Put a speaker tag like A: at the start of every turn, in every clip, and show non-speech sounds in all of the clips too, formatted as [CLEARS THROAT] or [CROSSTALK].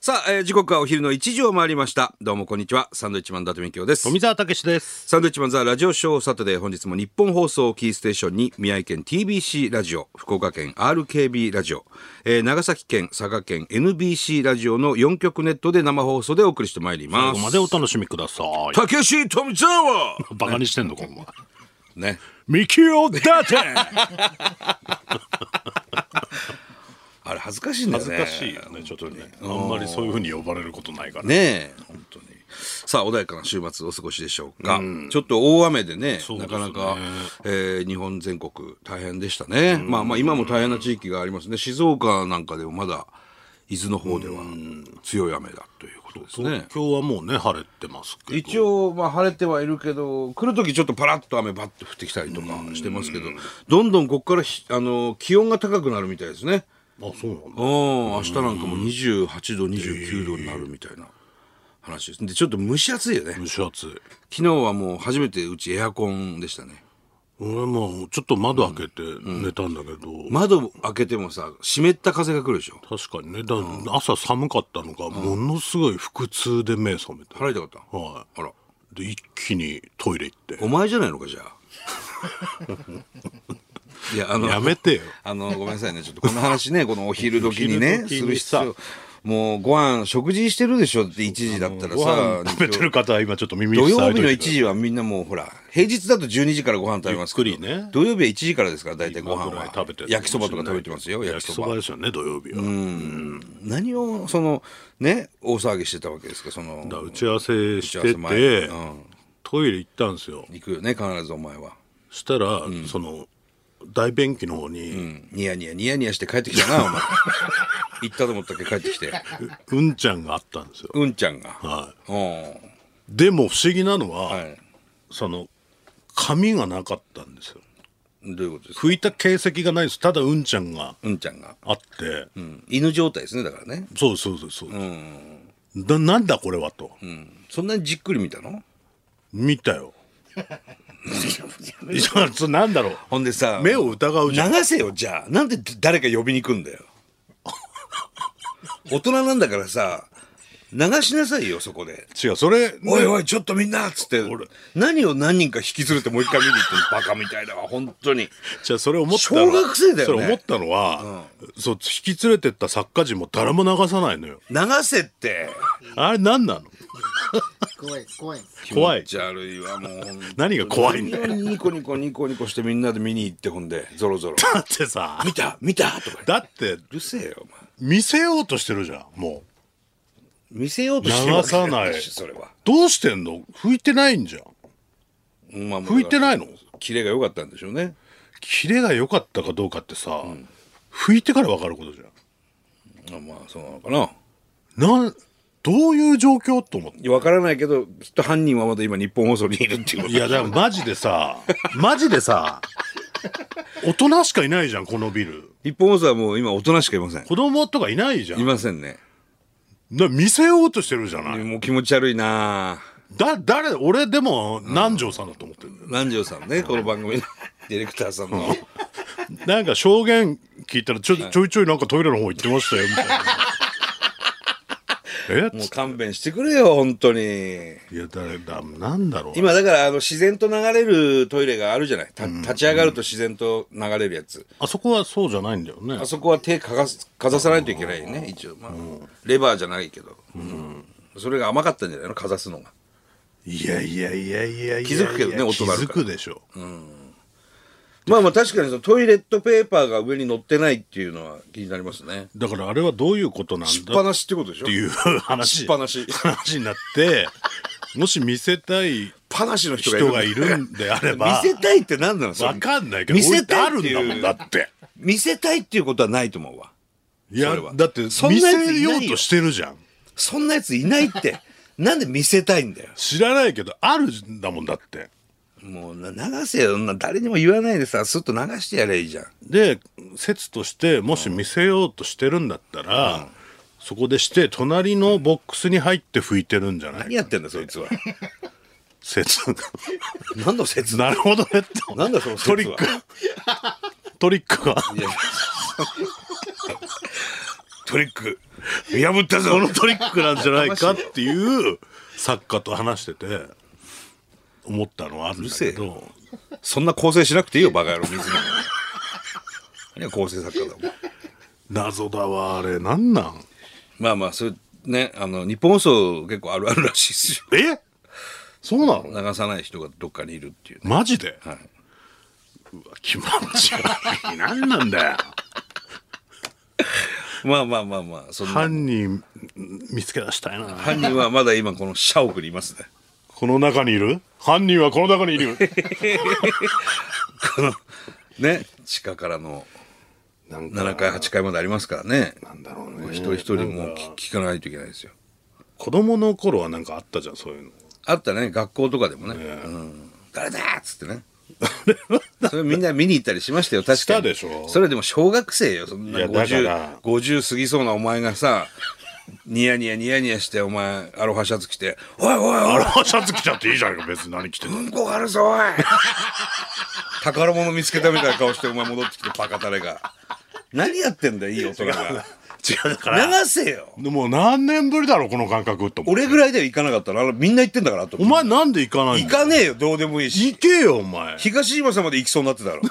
A: さあ、えー時刻はお昼の1時を回りました。どうもこんにちは。サンドイッチマン伊達美京です。
B: 富澤たけしです。
A: サンドイッチマンザラジオショーサタデー本日も日本放送をキーステーションに宮城県 TBC ラジオ、福岡県 RKB ラジオ、えー長崎県佐賀県 NBC ラジオの4局ネットで生放送でお送りしてまいりま
B: 最後
A: す。
B: までお楽しみください。
A: たけし富
B: [LAUGHS]
A: 澤
B: バカにしてんのか、お前。
A: ね。
B: ミキオダテ
A: [LAUGHS] あれ恥ずかしいんだよ
B: 恥
A: ね。
B: ずかしいよね、ちょっとね。あんまりそういう風に呼ばれることないから。
A: ねえ本当にさあ穏やかな週末お過ごしでしょうか、ちょっと大雨でね
B: うで
A: な
B: すね
A: かなか、えー日本全国大変でしたね、まあまあ今も大変な地域がありますね静岡なんかでもまだ伊豆の方では強い雨だということですね
B: 東京はもうね、晴れてますけど。
A: 一応まあ晴れてはいるけど来る時ちょっとパラッと雨バッと降ってきたりとかしてますけどどんどんここからひあの気温が高くなるみたいですね
B: あ、そうなんだ。
A: うん明日なんかも28度29度になるみたいな話ですでちょっと蒸し暑いよね
B: 蒸し暑い。
A: 昨日はもう初めてうちエアコンでしたね
B: 俺もちょっと窓開けて寝たんだけど、
A: 窓開けてもさ湿った風が来るでしょ
B: 確かにね、だ朝寒かったのが、ものすごい腹痛で目覚めた。
A: 払いたかった
B: は
A: あら
B: い。で、一気にトイレ行って。
A: お前じゃないのかじゃあ [LAUGHS] いやあの
B: やめてよ。
A: あのごめんなさいねちょっとこの話ねこのお昼時にね
B: [LAUGHS] お昼時
A: す
B: に
A: る必要もうご飯食事してるでしょって1時だったら
B: [LAUGHS] ご
A: さ
B: 飯食べてる方は今ちょっと耳
A: 土
B: 塞い
A: 曜
B: と
A: 日
B: い
A: の
B: てく
A: 1
B: ださい
A: 時はみんなもうほら平日だと12時からご飯食べますけど
B: ゆっくりね
A: 土曜日は1時からですから大体ご
B: 今
A: 飯
B: ぐらい
A: は
B: 食べてる
A: 焼きそばとか食べてますよ
B: 焼
A: 焼き
B: きそ
A: そ
B: ば
A: ば
B: ですよね土曜日は、
A: 何をそのね大騒ぎしてたわけですかその
B: だから打ち合わせして
A: 打ち合わせ前
B: て、
A: うん
B: トイレ行ったんですよ
A: 行くよね必ずお前は、
B: したら、その大便器の方に、う、
A: うんん、ニヤニヤニヤニヤして帰ってきたなお前 [LAUGHS] 行ったと思ったっけ帰ってきて
B: ちゃんがあったんですよ、
A: うんちゃんが
B: は
A: うん
B: い、でも不思議なのは、
A: はい
B: その髪がなかったんですよ
A: どういうことですか
B: 拭いた形跡がないですただうんちゃんが
A: うんちゃんが、
B: あって、
A: うん、犬状態ですねだからね
B: そうそうそうそう、ななんだこれはと、
A: そんなにじっくり見たの
B: 見た
A: [LAUGHS]
B: よ [LAUGHS] いやそれなんだろう
A: ほんでさ
B: 目を疑うじゃん
A: 流せよじゃあなんで誰か呼びに行くんだよ [LAUGHS] 大人なんだからさ流しなさいよそこで
B: 違うそれね
A: おいおい、ちょっとみんなっつって、何を何人か引きずれてもう一回見に行ってるバカみたいだわ、本当に。
B: じゃあそれ思ったのは
A: 小学生だよね
B: それ思ったのは、そう引き連れてった作家陣も誰も流さないのよ
A: 流せって。
B: あれ何なの
C: 怖いです怖いです
B: 怖い
A: 気持ち悪いわ、もう。
B: 何が怖いんだよ
A: よ。ニコニコニコニコしてみんなで見に行ってほんで、ゾロ
B: [LAUGHS]
A: ゾロ。
B: だってさ
A: 見た見たとか言って。
B: だって
A: うるせえよ、お前。
B: 見せようとしてるじゃんもう
A: 見せようとしてるわ
B: 流
A: けじゃ
B: さない
A: しそれは。
B: どうしてんの拭いてないんじゃん
A: まあ、
B: 拭いてないの
A: キレが良かったんでしょうね。
B: キレが良かったかどうかってさ、拭いてから分かることじゃん
A: まあまあ、そうなのかな。
B: なんどういう状況と思って
A: いやわからないけど、きっと犯人はまだ今日本放送にいるっていう
B: [LAUGHS]
A: こと。
B: いやだからマジでさマジでさ大人しかいないじゃんこのビル
A: 日本放送はもう今大人しかいません。
B: 子供とかいないじゃん
A: いませんね。
B: な見せようとしてるじゃない、
A: もう気持ち悪いな
B: だ誰俺でも南條さんだと思ってるんだよ、
A: 南條さんねこの番組のディレクターさんの
B: なんか証言聞いたらちょ,、ちょいちょいなんかトイレの方行ってましたよみた
A: [LAUGHS]
B: いなえっ
A: もう
B: つ
A: 勘弁してくれよ本当に
B: いや誰だなんだろう
A: 今だからあの自然と流れるトイレがあるじゃないた立ち上がると自然と流れるやつ
B: あそこはそうじゃないんだよね
A: あそこは手かざすかざさないといけないね一応まあレバーじゃないけどそれが甘かったんじゃないのかざすのが
B: いやいやいやいやいや
A: 気づくけどね大
B: 気
A: 人だから
B: づくでしょ、
A: まあまあ確かにそのトイレットペーパーが上に乗ってないっていうのは気になりますね
B: だからあれはどういうことなん
A: しっ
B: だ
A: ぱ
B: っ
A: なしってことでしょ
B: ていう
A: し
B: 話
A: っぱなし
B: 話になってもし見せたい
A: ぱなしの人
B: 人
A: が
B: が
A: い
B: い
A: るんだ
B: るんであれ
A: [LAUGHS] 見
B: ば
A: せたいって何なのそれ
B: わかんないけど
A: 見せたいって
B: 置
A: い
B: いて
A: う
B: あるんだもんだって
A: 見せたいっていうことはないと思うわ
B: い
A: そ
B: や
A: れは
B: だって見
A: そんなやつ
B: せ
A: いない
B: よ
A: うよ
B: としてるじゃん
A: そんなやついないって
B: [LAUGHS]
A: なんで見せたいんだよ
B: 知らないけどあるんだもんだって
A: もうな流せよそんな誰にも言わないでさスッと流してやればいいじゃん
B: で説としてもし見せようとしてるんだったら、そこでして隣のボックスに入って拭いてるんじゃない
A: 何やってんだそいつは
B: 説 [LAUGHS]
A: 何の説
B: なるほどねって
A: なんだその説
B: ト
A: は
B: リックトリックが
A: いやトリック破った
B: こ
A: ぞ
B: のトリックなんじゃないかっていう作家と話してて思ったのはあるんだけど
A: そんな構成しなくていいよバカ野郎水野何が構成作家だお前
B: 謎だわあれなんなん
A: まあまあそれねあの日本放送結構あるあるらしいですよ
B: えそうなの
A: 流さない人がどっかにいるっていうね
B: マジで、
A: はいう
B: わ気持ち悪い何なんだよ
A: まあまあまあまあそんな
B: 犯人見つけ出したいな
A: 犯人はまだ今この社屋にいますね
B: この中にいる犯人はこの中に
A: [LAUGHS]
B: いる
A: ね地下からの
B: なんか
A: 7階8階までありますからね
B: なんだろうね
A: 一人一人も
B: な
A: うん
B: か
A: 聞聞かないといけないですよ
B: 子供の頃はなんかあったじゃんそういうの
A: あったね学校とかでもね、うん、誰だーっつってねそれみんな見に行ったりしましたよ確かに
B: したでしょ
A: それでも小学生よそんない
B: やだから
A: 50, 50過ぎそうなお前がさニヤニヤニヤニヤしてお前アロハシャツ着て「おいおいおい
B: アロハシャツ着ちゃっていいじゃんか別に何着てんの
A: うんこがある
B: [LAUGHS]
A: ぞおい宝物見つけたみたいな顔してお前戻ってきてバカタレが何やってんだよいい大人が
B: 違うだから
A: 流せよ
B: もう何年ぶりだろこの感覚と思って
A: 俺ぐらいでは行かなかったらあのみんな行ってんだからと
B: お前なんで行かない
A: 行
B: の
A: かねえよどうでもいいし
B: 行けよお前
A: 東島さんまで行きそうになってた [LAUGHS] ろ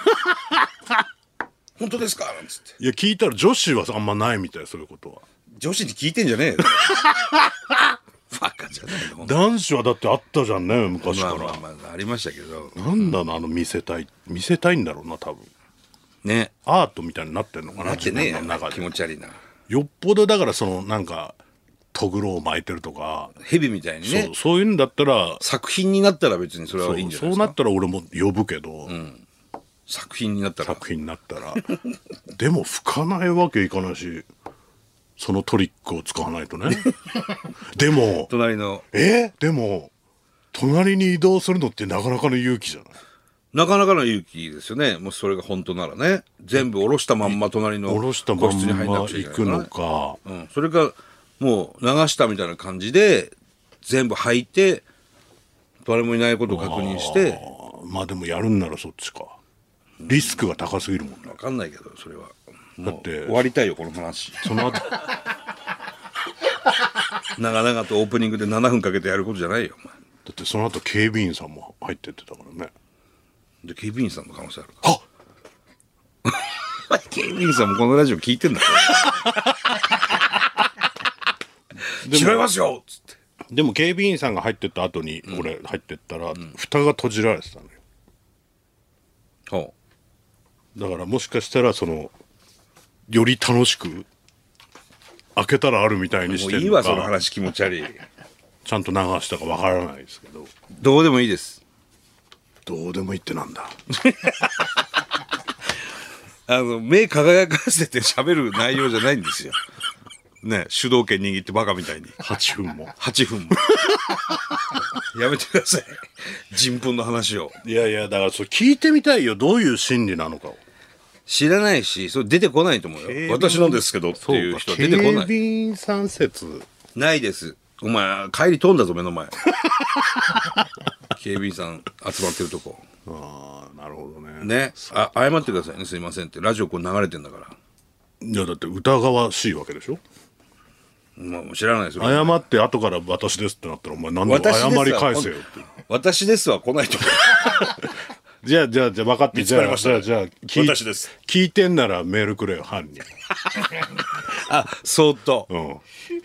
A: 本当ですかなんつって
B: いや聞いたら女子はあんまないみたいそういうことは
A: 女子に聞いてんじゃねえよ [LAUGHS] バカじゃないの
B: 男子はだってあったじゃんね昔か
A: ま
B: ら、
A: あまあまあありましたけど
B: なんだのあの見せたい見せたいんだろうな多分
A: ね
B: アートみたいになってんのかな
A: なってねえ
B: 自
A: よ
B: 分の中
A: 気
B: で
A: 持ち悪いな
B: よっぽどだからそのなんかトグロを巻いてるとか、
A: 蛇みたいに
B: そ
A: ね
B: うそういうんだったら
A: 作品になったら別にそれ
B: そ
A: は
B: う
A: いいんじゃな
B: そ
A: いうです
B: な
A: か
B: ったら俺も呼ぶけど、
A: 作品になったら
B: 作品になったらでも吹かないわけいかないしそのトリックを使わない
A: [LAUGHS]
B: とねでも
A: 隣の
B: えでも隣に移動するのってなかなかの勇気じゃない
A: なかなかの勇気ですよねもしそれが本当ならね全部下ろしたまんま隣の
B: 下ろしたま
A: 個
B: ん
A: 室に入んな
B: ま
A: くちゃい
B: 行
A: けない
B: く
A: から
B: の
A: ね
B: か
A: うん、それかもう流したみたいな感じで全部履いて誰もいないことを確認して
B: あーまあでもやるんならそっちかリスクが高すぎるもんね
A: 分かんないけどそれは
B: だって
A: 終わりたいよこの話
B: その [LAUGHS] 後
A: 長々とオープニングで7分かけてやることじゃないよお前
B: だってその後警備員さんも入ってってたからね
A: で警備員さんの可能性あるか
B: あ
A: ら警備員さんもこのラジオ聞いてんだ [LAUGHS] か
B: で
A: ら違い
B: も
A: ますよっつって
B: でも警備員さんが入ってった後に俺入ってったら、蓋が閉じられてたのよ
A: ほ
B: だからもしかしたらそのより楽しく開けたらあるみたいに
A: うも
B: し
A: う
B: て
A: いい
B: る
A: わ
B: の
A: その
B: か
A: 話気持ち悪い
B: ちゃんと流したかわからないですけど
A: どうでもいいです
B: どうでもいいってなんだ
A: あの目輝かせて喋る内容じゃないんですよね主導権握ってバカみたいに
B: 8分も
A: 8分も
B: [LAUGHS]
A: やめてください人糞の話を
B: いやいやだからそれ聞いてみたいよどういう心理なのかを
A: 知らないしそれ出てこないと思うよ私のですけどっていう人は出てこ
B: 警
A: ない
B: 備員さん説
A: ないですお前帰り飛んだぞ目の
B: [LAUGHS]
A: 前警備員さん集まってるとこ
B: ああなるほどね
A: ねあ謝ってくださいねすいませんってラジオこう流れてんだから
B: いやだって疑わしいわけでしょ
A: まあ知らないですよ
B: 謝って後から私ですってなったらお前何でも
A: 私です
B: 謝
A: わ
B: り返せよって
A: 私ですは来ないと思う
B: じゃあじゃあじゃあ分かって
A: 見つかりましたね
B: じゃあじゃあ聞い
A: 私です
B: 聞いてんならメールくれよ犯人
A: あそーっと、
B: うん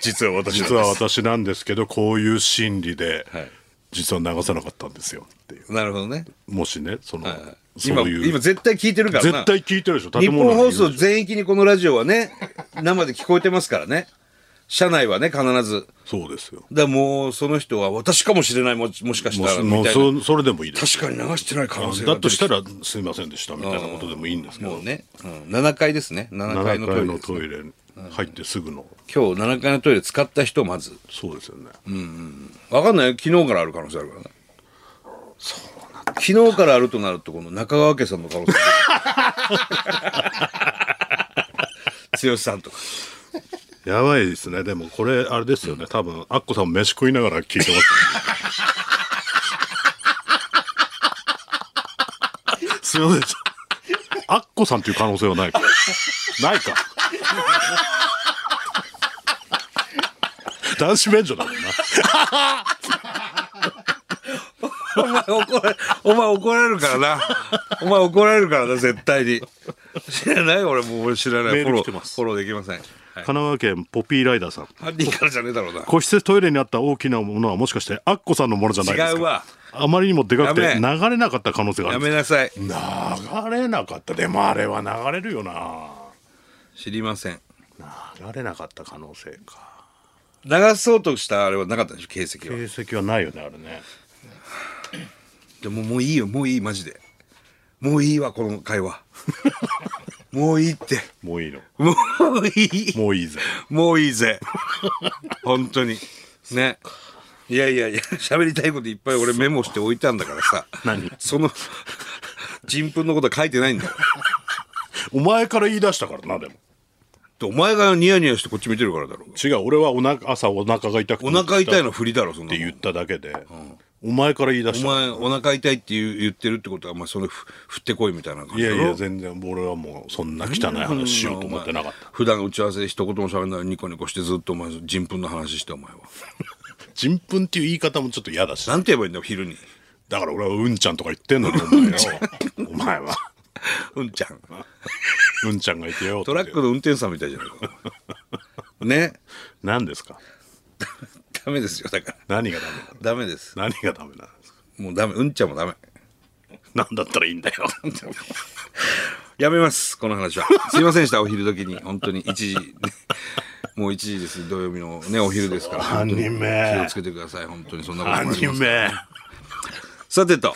A: 実は私なんです
B: 実は [LAUGHS] 私なんですけどこういう心理で、
A: はい
B: 実は流さなかったんですよっていう
A: なるほどね
B: もしねその、
A: 今
B: そういう
A: 今絶対聞いてるからな
B: 絶対聞いてるでしょ
A: 日
B: 建物
A: 本
B: に
A: 放
B: いるでしょ
A: 送全域にこのラジオはね生で聞こえてますからね社内はね必ず
B: そうですよ
A: だからもうその人は私かもしれないももしかした
B: も
A: ら
B: うも
A: み
B: う
A: たいな
B: そそれでもいいです
A: 確かに流してない可能性が
B: だとしたらすいませんでしたみたいなことでもいいんですけど、
A: もうね、うん、7階ですね7
B: 7
A: 階
B: 階
A: のトイレ
B: の
A: です
B: トイレに入ってすぐの、
A: 今日7階のトイレ使った人まず
B: そうですよね、
A: 分かんないよ昨日からある可能性あるからね昨日からあるとなるとこの中川家さんの可
B: [LAUGHS]
A: 能性ある剛さんとか
B: やばいですねでもこれあれですよね多分アッコさんも飯食いながら聞
A: [LAUGHS]
B: いてますすいませんアッコさんっていう可能性はないかないか男子便所だもんな。
A: お前怒らお前怒られるからな。お前怒られるからな、絶対に。知らない俺もう俺知らない。
B: メー
A: フォ
B: ル
A: ロ
B: 来て
A: ー、フ
B: ます
A: ォローできません。はい
B: 神奈川県ポピーライダーさん。
A: 犯人からじゃねえだろうな。
B: 個室トイレにあった大きなものはもしかしてアッコさんのものじゃないですか
A: 違うわ
B: あまりにもでかく
A: や
B: て
A: め
B: 流れなかった可能性があ
A: や
B: るんで
A: めなさい。
B: す流れなかったでもあれは流れるよな
A: 知りません。
B: 流れなかった可能性か
A: 流そうとしたあれはなかったでしょ、形跡は。
B: 形跡はないよねあれね
A: でももういいよ、もういい、マジで。もういいわ、この会話。 [LAUGHS] もういいって。
B: もういいの
A: もういい。
B: もういいぜ
A: もういいぜ。本当に。ね。いやいやいや、喋りたいこといっぱい俺メモして置いたんだからさ。
B: 何
A: その、人糞のことは書いてないんだよ。
B: お前から言い出したからなでも
A: お前がニヤニヤしてこっち見てるからだろ。
B: 違う俺はお腹朝お腹が痛くて
A: お腹痛い
B: っ
A: の振りだろ、そんな
B: て
A: の
B: 言っただけで、お前から言い出し
A: お
B: た
A: 前、お腹痛いって言う言ってるってことは、まあ、その、ふ振ってこいみたいな感
B: い
A: じだ
B: や
A: ろ
B: いや全然俺はもうそんな汚い話しようと思ってなかった
A: 普段打ち合わせで一言も喋らないニコニコしてずっとお前人糞の話してお前は
B: 人糞っていう言い方もちょっと嫌だし
A: なんて言えばいいんだよ昼に
B: だから俺はうんちゃんとか言ってんのにお前よ [LAUGHS] お前は
A: うんちゃん
B: うんちゃんがいてよ
A: トラックの運転手さんみたいじゃないかね
B: 何ですか
A: [LAUGHS] ダメですよだから
B: 何がダメなの
A: ダメです
B: 何がダメなんですか
A: もうダメうんちゃんもダメ
B: 何だったらいいんだよ
A: やめますこの話はすいませんでしたお昼時に本当に1時もう1時です土曜日のねお昼ですから
B: アニ
A: 気を
B: メ
A: つけてください本当にそんなこともあ
B: ア
A: りませ
B: ニ
A: ん
B: メ
A: さてと、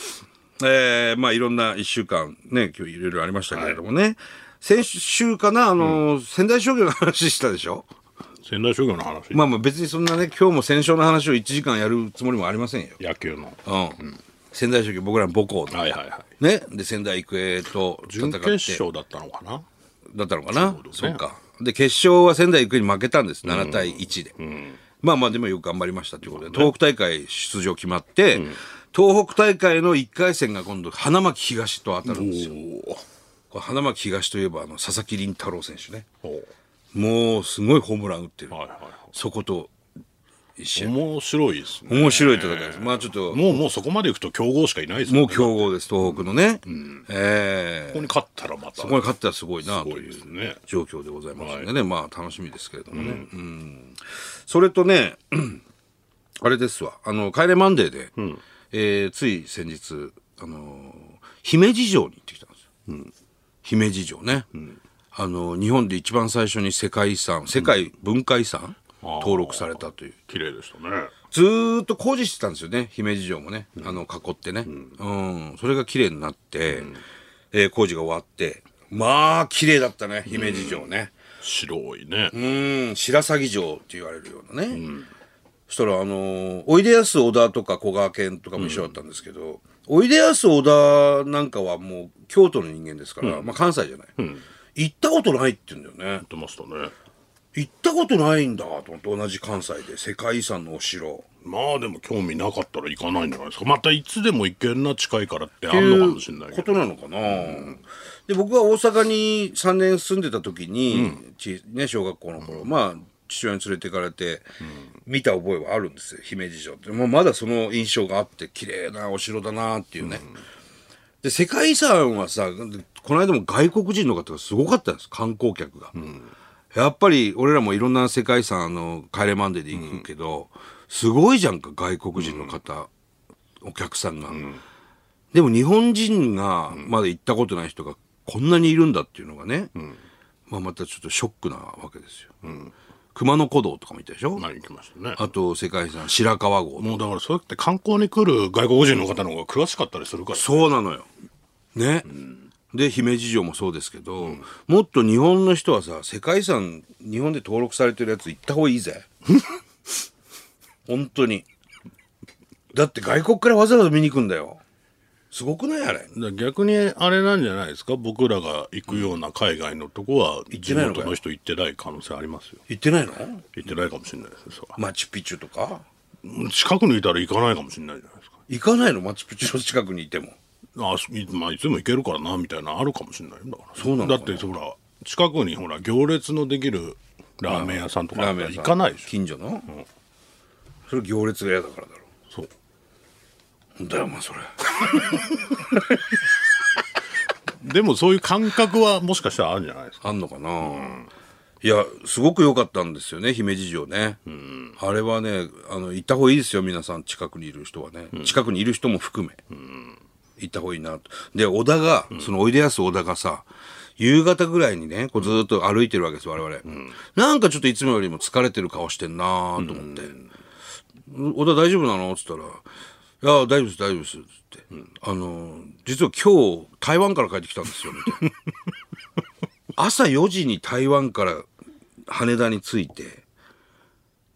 A: えーまあいろんな一週間ね、今日いろいろありましたけれどもね、先週かな、あのー仙台商業の話したでしょ
B: 仙台商業の話、
A: まあまあ別にそんなね、今日も戦勝の話を1時間やるつもりもありませんよ。
B: 野球の
A: うん。仙台商業、僕らの母校の。
B: はいはいはい
A: ね。で、仙台育英と戦
B: 準
A: っ
B: 決
A: て、
B: 勝だったのかな
A: だったのかな
B: うだね
A: そうか。で、決勝は仙台育英に負けたんです。7対1で。まあまあでもよく頑張りましたということで、東北大会出場決まって、東北大会の1回戦が今度、花巻東と当たるんですよ。これ花巻東といえばあの佐々木麟太郎選手ね
B: おお
A: もうすごいホームラン打ってる、
B: はいは
A: そこと一
B: い
A: 緒
B: 面白いですね
A: 面白い戦いですまあちょっと
B: もうもうそこまでいくと強豪しかいないですよ
A: もう
B: ね
A: 強豪です東北のね、え
B: こ
A: え
B: こに勝ったらまたす
A: ここに勝ったらすごいなと
B: ご
A: い
B: いうですね
A: 状況でございますんでね、まあ楽しみですけれどもね、うんそれとね [CLEARS THROAT] あれですわ「あの帰れマンデーで」えーつい先日、あの姫路城に行ってきたんですよ、姫路城ね、あの日本で一番最初に世界遺産世界文化遺産、登録されたという
B: 綺麗でしたね
A: ずーっと工事してたんですよね姫路城もね、あの囲ってね、うんそれが綺麗になって、えー工事が終わってまあ綺麗だったね姫路城ね、
B: 白いね、
A: うん、白鷺城って言われるようなね、そしたらあのーおいでやす小田とか小川県とかも一緒だったんですけど、おいでやす小田なんかはもう京都の人間ですから、まあ関西じゃない、行ったことないって言うんだよね
B: 言ってましたね
A: 行ったことないんだと思って同じ関西で世界遺産のお城
B: まあでも興味なかったら行かないんじゃないですかまたいつでも行けんな近いからってあ
A: って
B: んのかもしれないいうけ
A: こ
B: ど
A: となのかな、で僕は大阪に3年住んでた時に、ちね、小学校の頃、まあ父親に連れて行かれて、見た覚えはあるんですよ姫路城って、まあ、まだその印象があって綺麗なお城だなっていうね、で世界遺産はさこの間も外国人の方がすごかったんです観光客が、やっぱり俺らもいろんな世界遺産あの「帰れマンデー」で行くけど、すごいじゃんか外国人の方、お客さんが。でも日本人がまだ行ったことない人がこんなにいるんだっていうのがね、まあ、またちょっとショックなわけですよ。熊野古道とかも行ったでしょ、
B: 何行きましたね
A: あと世界遺産白川郷とか
B: もうだからそうやって観光に来る外国人の方の方が詳しかったりするから
A: そうなのよ。ね。で姫路城もそうですけど、もっと日本の人はさ世界遺産日本で登録されてるやつ行った方がいいぜ [LAUGHS] 本当にだって外国からわざわざ見に行くんだよすごくないあれ
B: だから逆にあれなんじゃないですか僕らが行くような海外のとこは地
A: てないのかよ
B: 元の人行ってない可能性ありますよ
A: 行ってないの
B: 行ってないかもしれないですよそ
A: マチュピチュとか
B: れは近くにいたら行かないかもしれないじゃないですか
A: 行かないのマチュピチュの近くにいても
B: あすいまあ、いつでも行けるからなみたいなのあるかもしれないんだから
A: そうなのかな
B: だってほら近くにほら行列のできるラーメン屋さんとか
A: ラーメン屋さん
B: 行かないでしょ
A: 近所の、それ行列が嫌だからだろ
B: そう
A: なんだよお前それ
B: でもそういう感覚はもしかしたらあるんじゃないですか
A: あんのかな、いやすごく良かったんですよね姫路城ね、あれはねあの行った方がいいですよ皆さん近くにいる人はね、近くにいる人も含め、行った方がいいなとで小田が、そのおいでやす小田がさ夕方ぐらいにねこうずーっと歩いてるわけです我々、なんかちょっといつもよりも疲れてる顔してんなーと思って、小田大丈夫なの?」っつったら「いや大丈夫です大丈夫です」っつって、あの「実は今日台湾から帰ってきたんですよ」みたいな。朝4時に台湾から羽田に着いて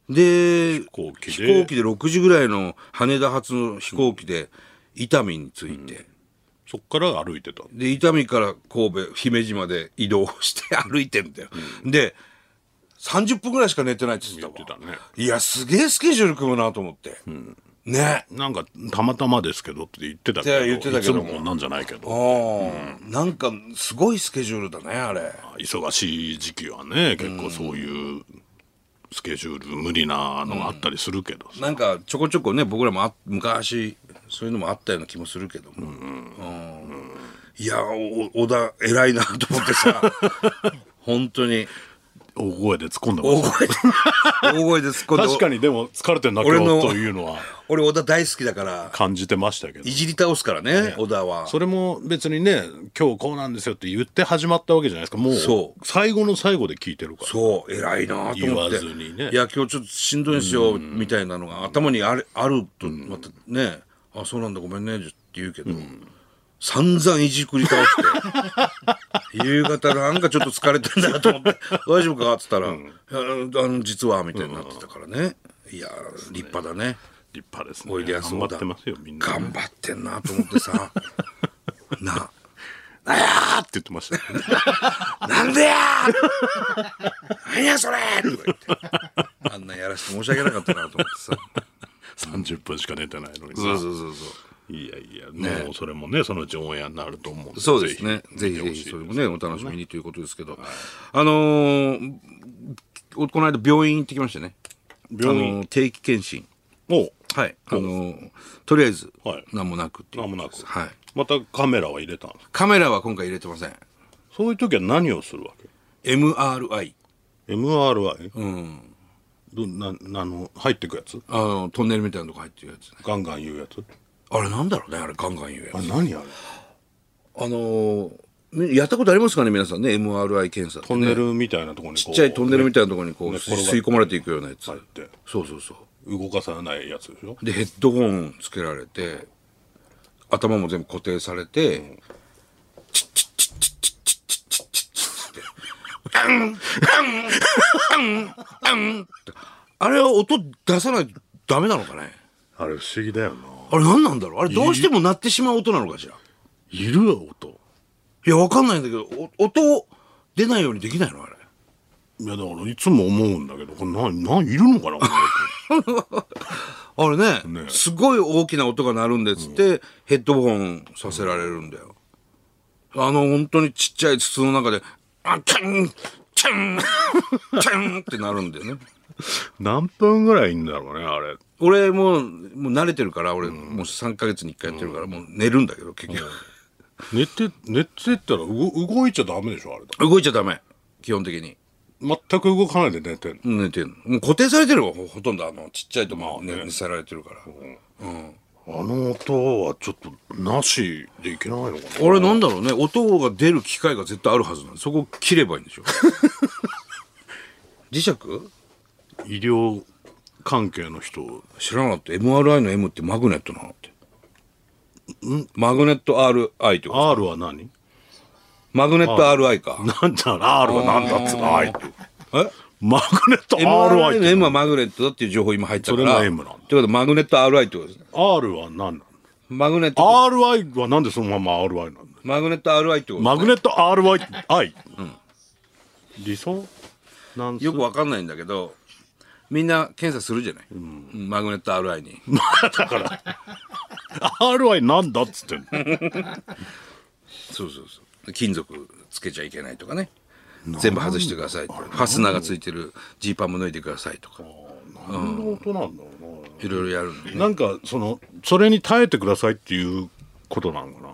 A: で飛
B: 行機で
A: 飛行機で6時ぐらいの羽田発の飛行機で伊丹に着いて、
B: そっから歩いてた
A: で伊丹から神戸姫路まで移動して歩いてんだよ、で30分ぐらいしか寝てないって言
B: 言っ
A: って
B: て
A: た
B: た
A: わ
B: ね
A: いやすげえスケジュール組むなと思って、ね
B: なんかたまたまですけどって言ってたけ
A: い
B: ど
A: や言ってたけど
B: いつもなんじゃないけど
A: あ、ん、なんかすごいスケジュールだねあれ
B: 忙しい時期はね結構そういうスケジュール無理なのがあったりするけど、
A: なんかちょこちょこね僕らもあ昔そういうのもあったような気もするけども、うんいやお小田偉いなと思って [LAUGHS] さ本当に
B: 大声で突っ込んでま
A: 大
B: した
A: 声で大声で突っ込んで
B: 確かにでも疲れてんな今
A: 俺の
B: 日というのは
A: 俺小田大好きだから
B: 感じてましたけど
A: いじり倒すからね小田は
B: それも別にね今日こうなんですよって言って始まったわけじゃないですかも
A: そう
B: 最後の最後で聞いてるから
A: そう偉いなと
B: 言
A: 思っ
B: わ
A: て
B: ずにね
A: いや今日ちょっとしんどいんですよみたいなのが頭にあるあるとまたねあそうなんだごめんねって言うけど、散々いじくり倒して [LAUGHS] 夕方なんかちょっと疲れてんだと思って [LAUGHS] 「大丈夫か?」っつったら「いやあの実は」みたいになってたからね、いや立派だね
B: 立派ですね
A: おいでやす
B: 頑
A: 小
B: 張
A: 田
B: ってますよみんな
A: 頑張ってんなと思って
B: [LAUGHS]
A: さな
B: あーって言ってました [LAUGHS] よね
A: なんでやー何やそれとか言ってあんなんやらして申し訳なかったなと思ってさ
B: 30分しか寝てないのに
A: そうそうそうそう
B: いやいや、もうそれもねそのうちオンエアになると思うんで
A: そうですね。ぜひ
B: 見
A: ぜ
B: てほしい
A: ひ、それもね、お楽しみにということですけど。あのー、おこの間病院行ってきましたね。
B: 病院
A: あのー定期検診。
B: おう
A: はい。あのーとりあえず
B: はい、
A: 何もなくっていう
B: なんもなく、
A: はい。
B: またカメラは入れたんですか
A: カメラは今回入れてません。
B: そういう時は何をするわけ
A: MRI。
B: MRI、
A: うん。
B: どななの入ってくやつ
A: あの、トンネルみたいなとこ入ってるやつね。
B: ガンガン言うやつ
A: あれなんだろうね、あれガンガン言うやつ
B: あ。れ何あれ
A: あのーみやったことありますかね、皆さんね、MRI 検査って
B: ト
A: ね、
B: ンネルみたいなところにこ
A: ち
B: う
A: っちゃいトンネルみたいなところにこう、
B: ね
A: 吸い込まれていくようなやつ。
B: 入って
A: そうそうそう。
B: 動かさないやつでしょ
A: でヘッドホンつけられて頭も全部固定されて、あれは音出さないとダメなのかね
B: あれ不思議だよな
A: あれ何なんだろうあれどうしても鳴ってしまう音なのかしら
B: いる音
A: いやわかんないんだけどお音出ないようにできないのあれ
B: いやだからいつも思うんだけどこれ何何いる
A: [LAUGHS]
B: のかなこれ
A: あれね
B: ね
A: すごい大きな音が鳴るんでっつって、ヘッドホンさせられるんだよ、あの本当にちっちゃい筒の中で「あチャンチャンチャン」ってなるんだよね
B: 何分ぐらいいんだろうねあれ
A: 俺もうもう慣れてるから俺、もう3ヶ月に1回やってるから、もう寝るんだけど結局、
B: 寝て寝てたら動動いちゃダメでしょあれだ
A: 動いちゃダメ基本的に
B: 全く動かないで寝てんの
A: 寝てるもう固定されてるわほほとんどあのちっちゃいとも寝、寝せられてるから、
B: あの音はちょっとなしでいけないのかな
A: あれなんだろうね音が出る機械が絶対あるはずなんでそこを切ればいいんで
B: [LAUGHS]
A: しょ磁石
B: 医療関係の人
A: 知らなかった MRI の M ってマグネットなのってマグネット RI ってこと
B: R は何
A: マグネット RI か
B: なんだ R は何だっつうの I って
A: え
B: マグネット
A: MRI
B: RI っ
A: の
B: て
A: M はマグネットだっていう情報今入ったから
B: それが M なんだ
A: ってことはマグネット RI ってことですね
B: R は何なの
A: マグネット
B: RI はなんでそのまま RI なんだよ
A: マグネット RI ってこと
B: マグネット RI、理想なんす
A: よくわかんないんだけどみんな検査するじゃない、うんマグネット RI に
B: RI なんだっつってんの
A: そうそうそう金属つけちゃいけないとかね全部外してくださいってファスナーがついてるジーパンも脱いでくださいとか
B: 何の音なんだろうな
A: いろいろやるんで
B: なんかそのそれに耐えてくださいっていうことなのかな、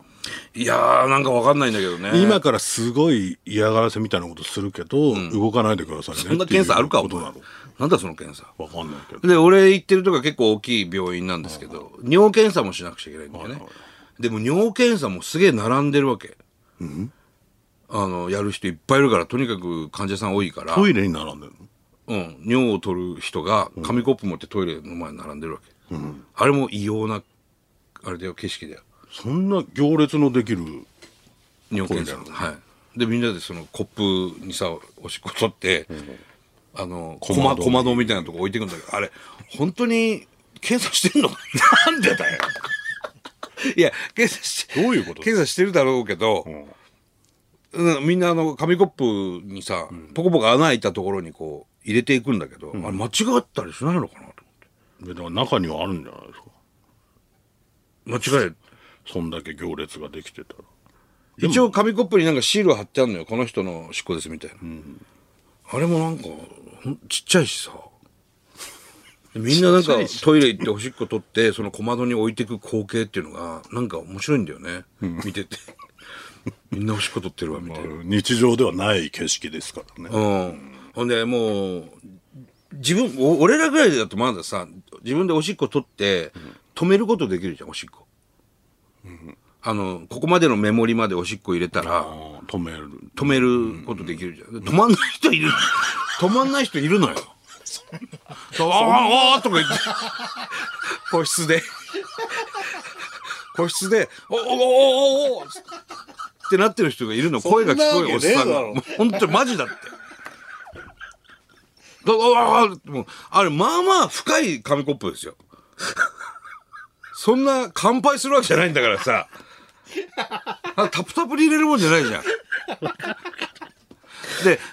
A: いやーなんかわかんないんだけどね
B: 今からすごい嫌がらせみたいなことするけど、動かないでくださいね
A: そんな検査あるか
B: っ
A: お
B: ていう
A: 前
B: ことなの
A: なんだその検査
B: わかんないけど
A: で俺行ってるとこは結構大きい病院なんですけど尿検査もしなくちゃいけないんだよねでも尿検査もすげえ並んでるわけ、あのやる人いっぱいいるからとにかく患者さん多いから、
B: トイレに並んでる
A: うん、尿を取る人が紙コップ持ってトイレの前に並んでるわけ、あれも異様なあれだよ景色だよ
B: のそんな行列のできる
A: 尿検査、はいでみんなでそのコップにさおしっこ取って、あの小窓小窓みたいなとこ置いてくんだけどあれ本当に検査してんの [LAUGHS] なんでだよいや検査し
B: どういうこと
A: 検査してるだろうけど、うんみんなあの紙コップにさ、ポコポコ穴開いたところにこう入れていくんだけど、あれ間違ったりしないのかなと
B: でだから中にはあるんじゃないですか
A: 思って間違え
B: そんだけ行列ができてたら
A: 一応紙コップになんかシール貼ってあるのよこの人の執行ですみたいな、あれもなんかほんちっちゃいしさみんななんかトイレ行っておしっこ取ってその小窓に置いてく光景っていうのがなんか面白いんだよね、見て [LAUGHS] てみんなおしっこ取ってるわみたいな、
B: 日常ではない景色ですからね
A: うん、ほんでもう自分お俺らぐらいだとまださ自分でおしっこ取って止めることできるじゃんおしっこ、あのここまでのメモリまでおしっこ入れたら、
B: あー止める
A: 止めることできるじゃん。止まんない人いる。止まんない人いるのよ。そうあーあーとか言って、個室で、個室で、おおおおおおってなってる人がいるの。声が聞こえるおっさ
D: そ
A: んが。
D: んなわけねえだろ
A: もう本当にマジだって。だああもうあれ、まあまあ深い紙コップですよ。そんな乾杯するわけじゃないんだからさ。あタプタプに入れるもんじゃないじゃん。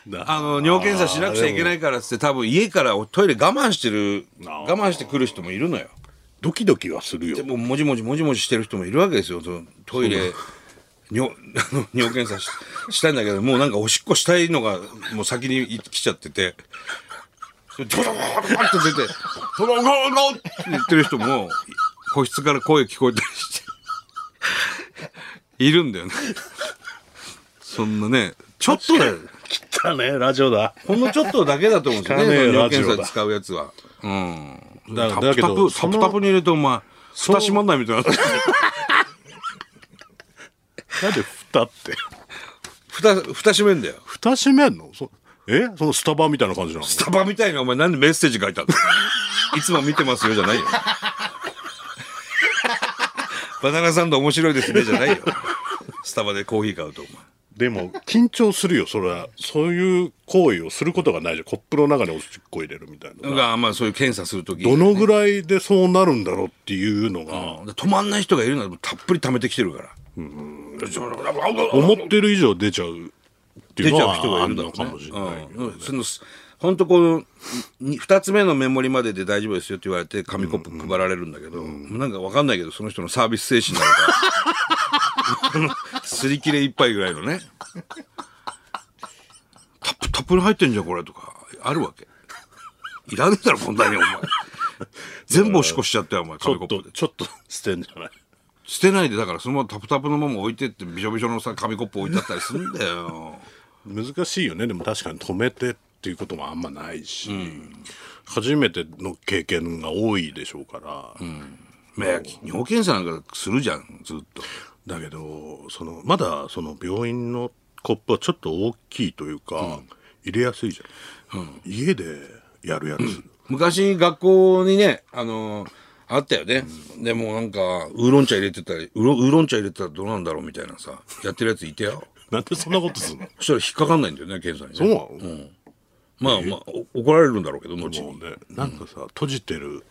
A: で、あの、尿検査しなくちゃいけないからっつって、多分家からおトイレ我慢してる、
B: あー
A: 我慢してくる人もいるのよ。
B: ドキドキはするよ
A: でもうもじもじもじもじしてる人もいるわけですよ。そのトイレ、尿、 [LAUGHS] あの尿検査ししたいんだけど、もうなんかおしっこしたいのが、もう先にい来ちゃってて、ドドドドドって出て、ドドドドドって言ってる人も、個室から声聞こえたりして、いるんだよね。そんなね、ちょっとだよ。
B: 来たねラジオだ
A: ほんのちょっとだけだと思うんですよね。
B: 聞かねえ
A: その
B: ラ
A: 尿
B: ジオ
A: 検
B: だ
A: 査で使うやつは。うん。
B: だ
A: タ
B: だ
A: プ
B: け
A: タ
B: ど
A: プ、
B: そ
A: タ
B: の
A: プタプに入れてお前、蓋閉まんないみたいな。
B: なんで蓋って
A: 蓋、蓋閉めんだよ。
B: 蓋閉めんのそえそのスタバみたいな感じなの
A: スタバみたいなお前なんでメッセージ書いたの [LAUGHS] いつも見てますよじゃないよ。 [LAUGHS] バナナサンド面白いですねじゃないよ。スタバでコーヒー買うとお前。
B: でも緊張するよそれはそういう行為をすることがないじゃんコップの中におしっこ入れるみたいな
A: が、まあそういう検査するとき。
B: どのぐらいでそうなるんだろうっていうのが、
A: うん止まんない人がいるのはたっぷり溜めてきてるから。
B: 思ってる以上出ちゃうってい
A: 出
B: う
A: ち
B: の
A: ゃう
B: は
A: 人が
B: あ
A: いるだ
B: る
A: ろ
B: の
A: うね
B: かもしれないけど、
A: うんその本当このに2つ目のメモリまでで大丈夫ですよって言われて紙コップ配られるんだけど、なんか分かんないけどその人のサービス精神な [LAUGHS] のかすり切れ一杯ぐらいのねタップタップに入ってんじゃんこれとかあるわけいらねえだろこんなにお前全部おしっこしちゃったよお前
B: ちょ
A: 紙コ
B: っ
A: ップで
B: とちょっと捨てんじゃない
A: 捨てないでだからそのままタプタプのまま置いてってびしょびしょのさ紙コップ置いてあったりするんだよ
B: 難しいよねでも確かに止めてっていうこともあんまないし、初めての経験が多いでしょうから、
A: まあ尿検査なんかするじゃんずっと
B: だけどそのまだその病院のコップはちょっと大きいというか、入れやすいじゃん、家でやるやつ、
A: 昔学校にねあのーあったよね、でもなんかウーロン茶入れてたりウロウーロン茶入れてたらどうなんだろうみたいなさやってるやついてよ
B: [LAUGHS]
A: [LAUGHS]
B: なんでそんなことするの
A: そしたら引っかかんないんだよね検査に
B: そう
A: ね
B: な
A: ま
B: の、
A: あまあお怒られるんだろうけど後
B: も
A: に
B: うねなんかさ、閉じてる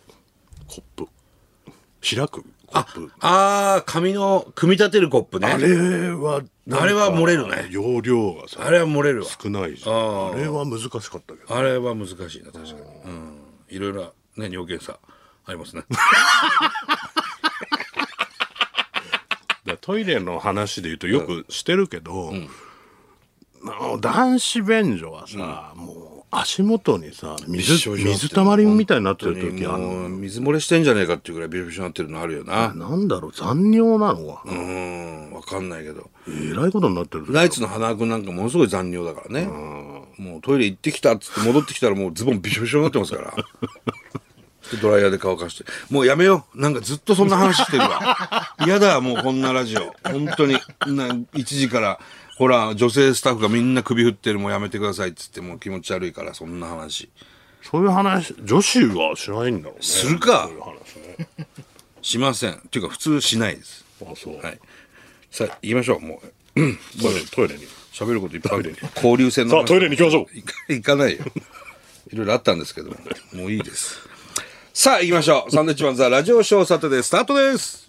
B: コップ開くコップ
A: ああ紙の組み立てるコップね
B: あ
A: あれ
B: れはなんか
A: あれは漏れるね
B: 容量がさ
A: は漏れるわ
B: 少ないじゃんあれは難しかったけど
A: あれは難しいな確かにうんいろいろね尿検査ありますね
B: だからトイレの話で言うとよくしてるけど、あの男子便所はさ、もう足元にさ
A: びっし
B: 水
A: ょびしょになって
B: 水たまり [LAUGHS] みたいになってる
A: 本当に
B: 時ある
A: もう水漏れしてんじゃねえかっていうぐらいビショビショになってるのあるよな
B: なんだろう残尿なのか
A: うーんわかんないけど
B: えらいことになってる時
A: ナイツの花輪君なんかものすごい残尿だからねもうトイレ行ってきたっつって戻ってきたらもうズボンびしょびしょになってますから [LAUGHS] でドライヤーで乾かしてもうやめようなんかずっとそんな話してるわ [LAUGHS] 嫌だもうこんなラジオ本当にな1時からほら女性スタッフがみんな首振ってるもうやめてくださいっつってもう気持ち悪いからそんな話
B: そういう話女子はしないんだろうね
A: するか
B: そういう話ね
A: しませんっていうか普通しないです
B: あそう、
A: はいさあ行きましょうもう
B: トイレトイレに
A: 喋ることいっぱいある交流戦の
B: さあ
A: 話
B: トイレに行きましょう
A: 行か行かないよ。いろいろあったんですけども、もういいです。さあ、行きましょう。サンドウィッチマンザラジオショーサタデースタートです。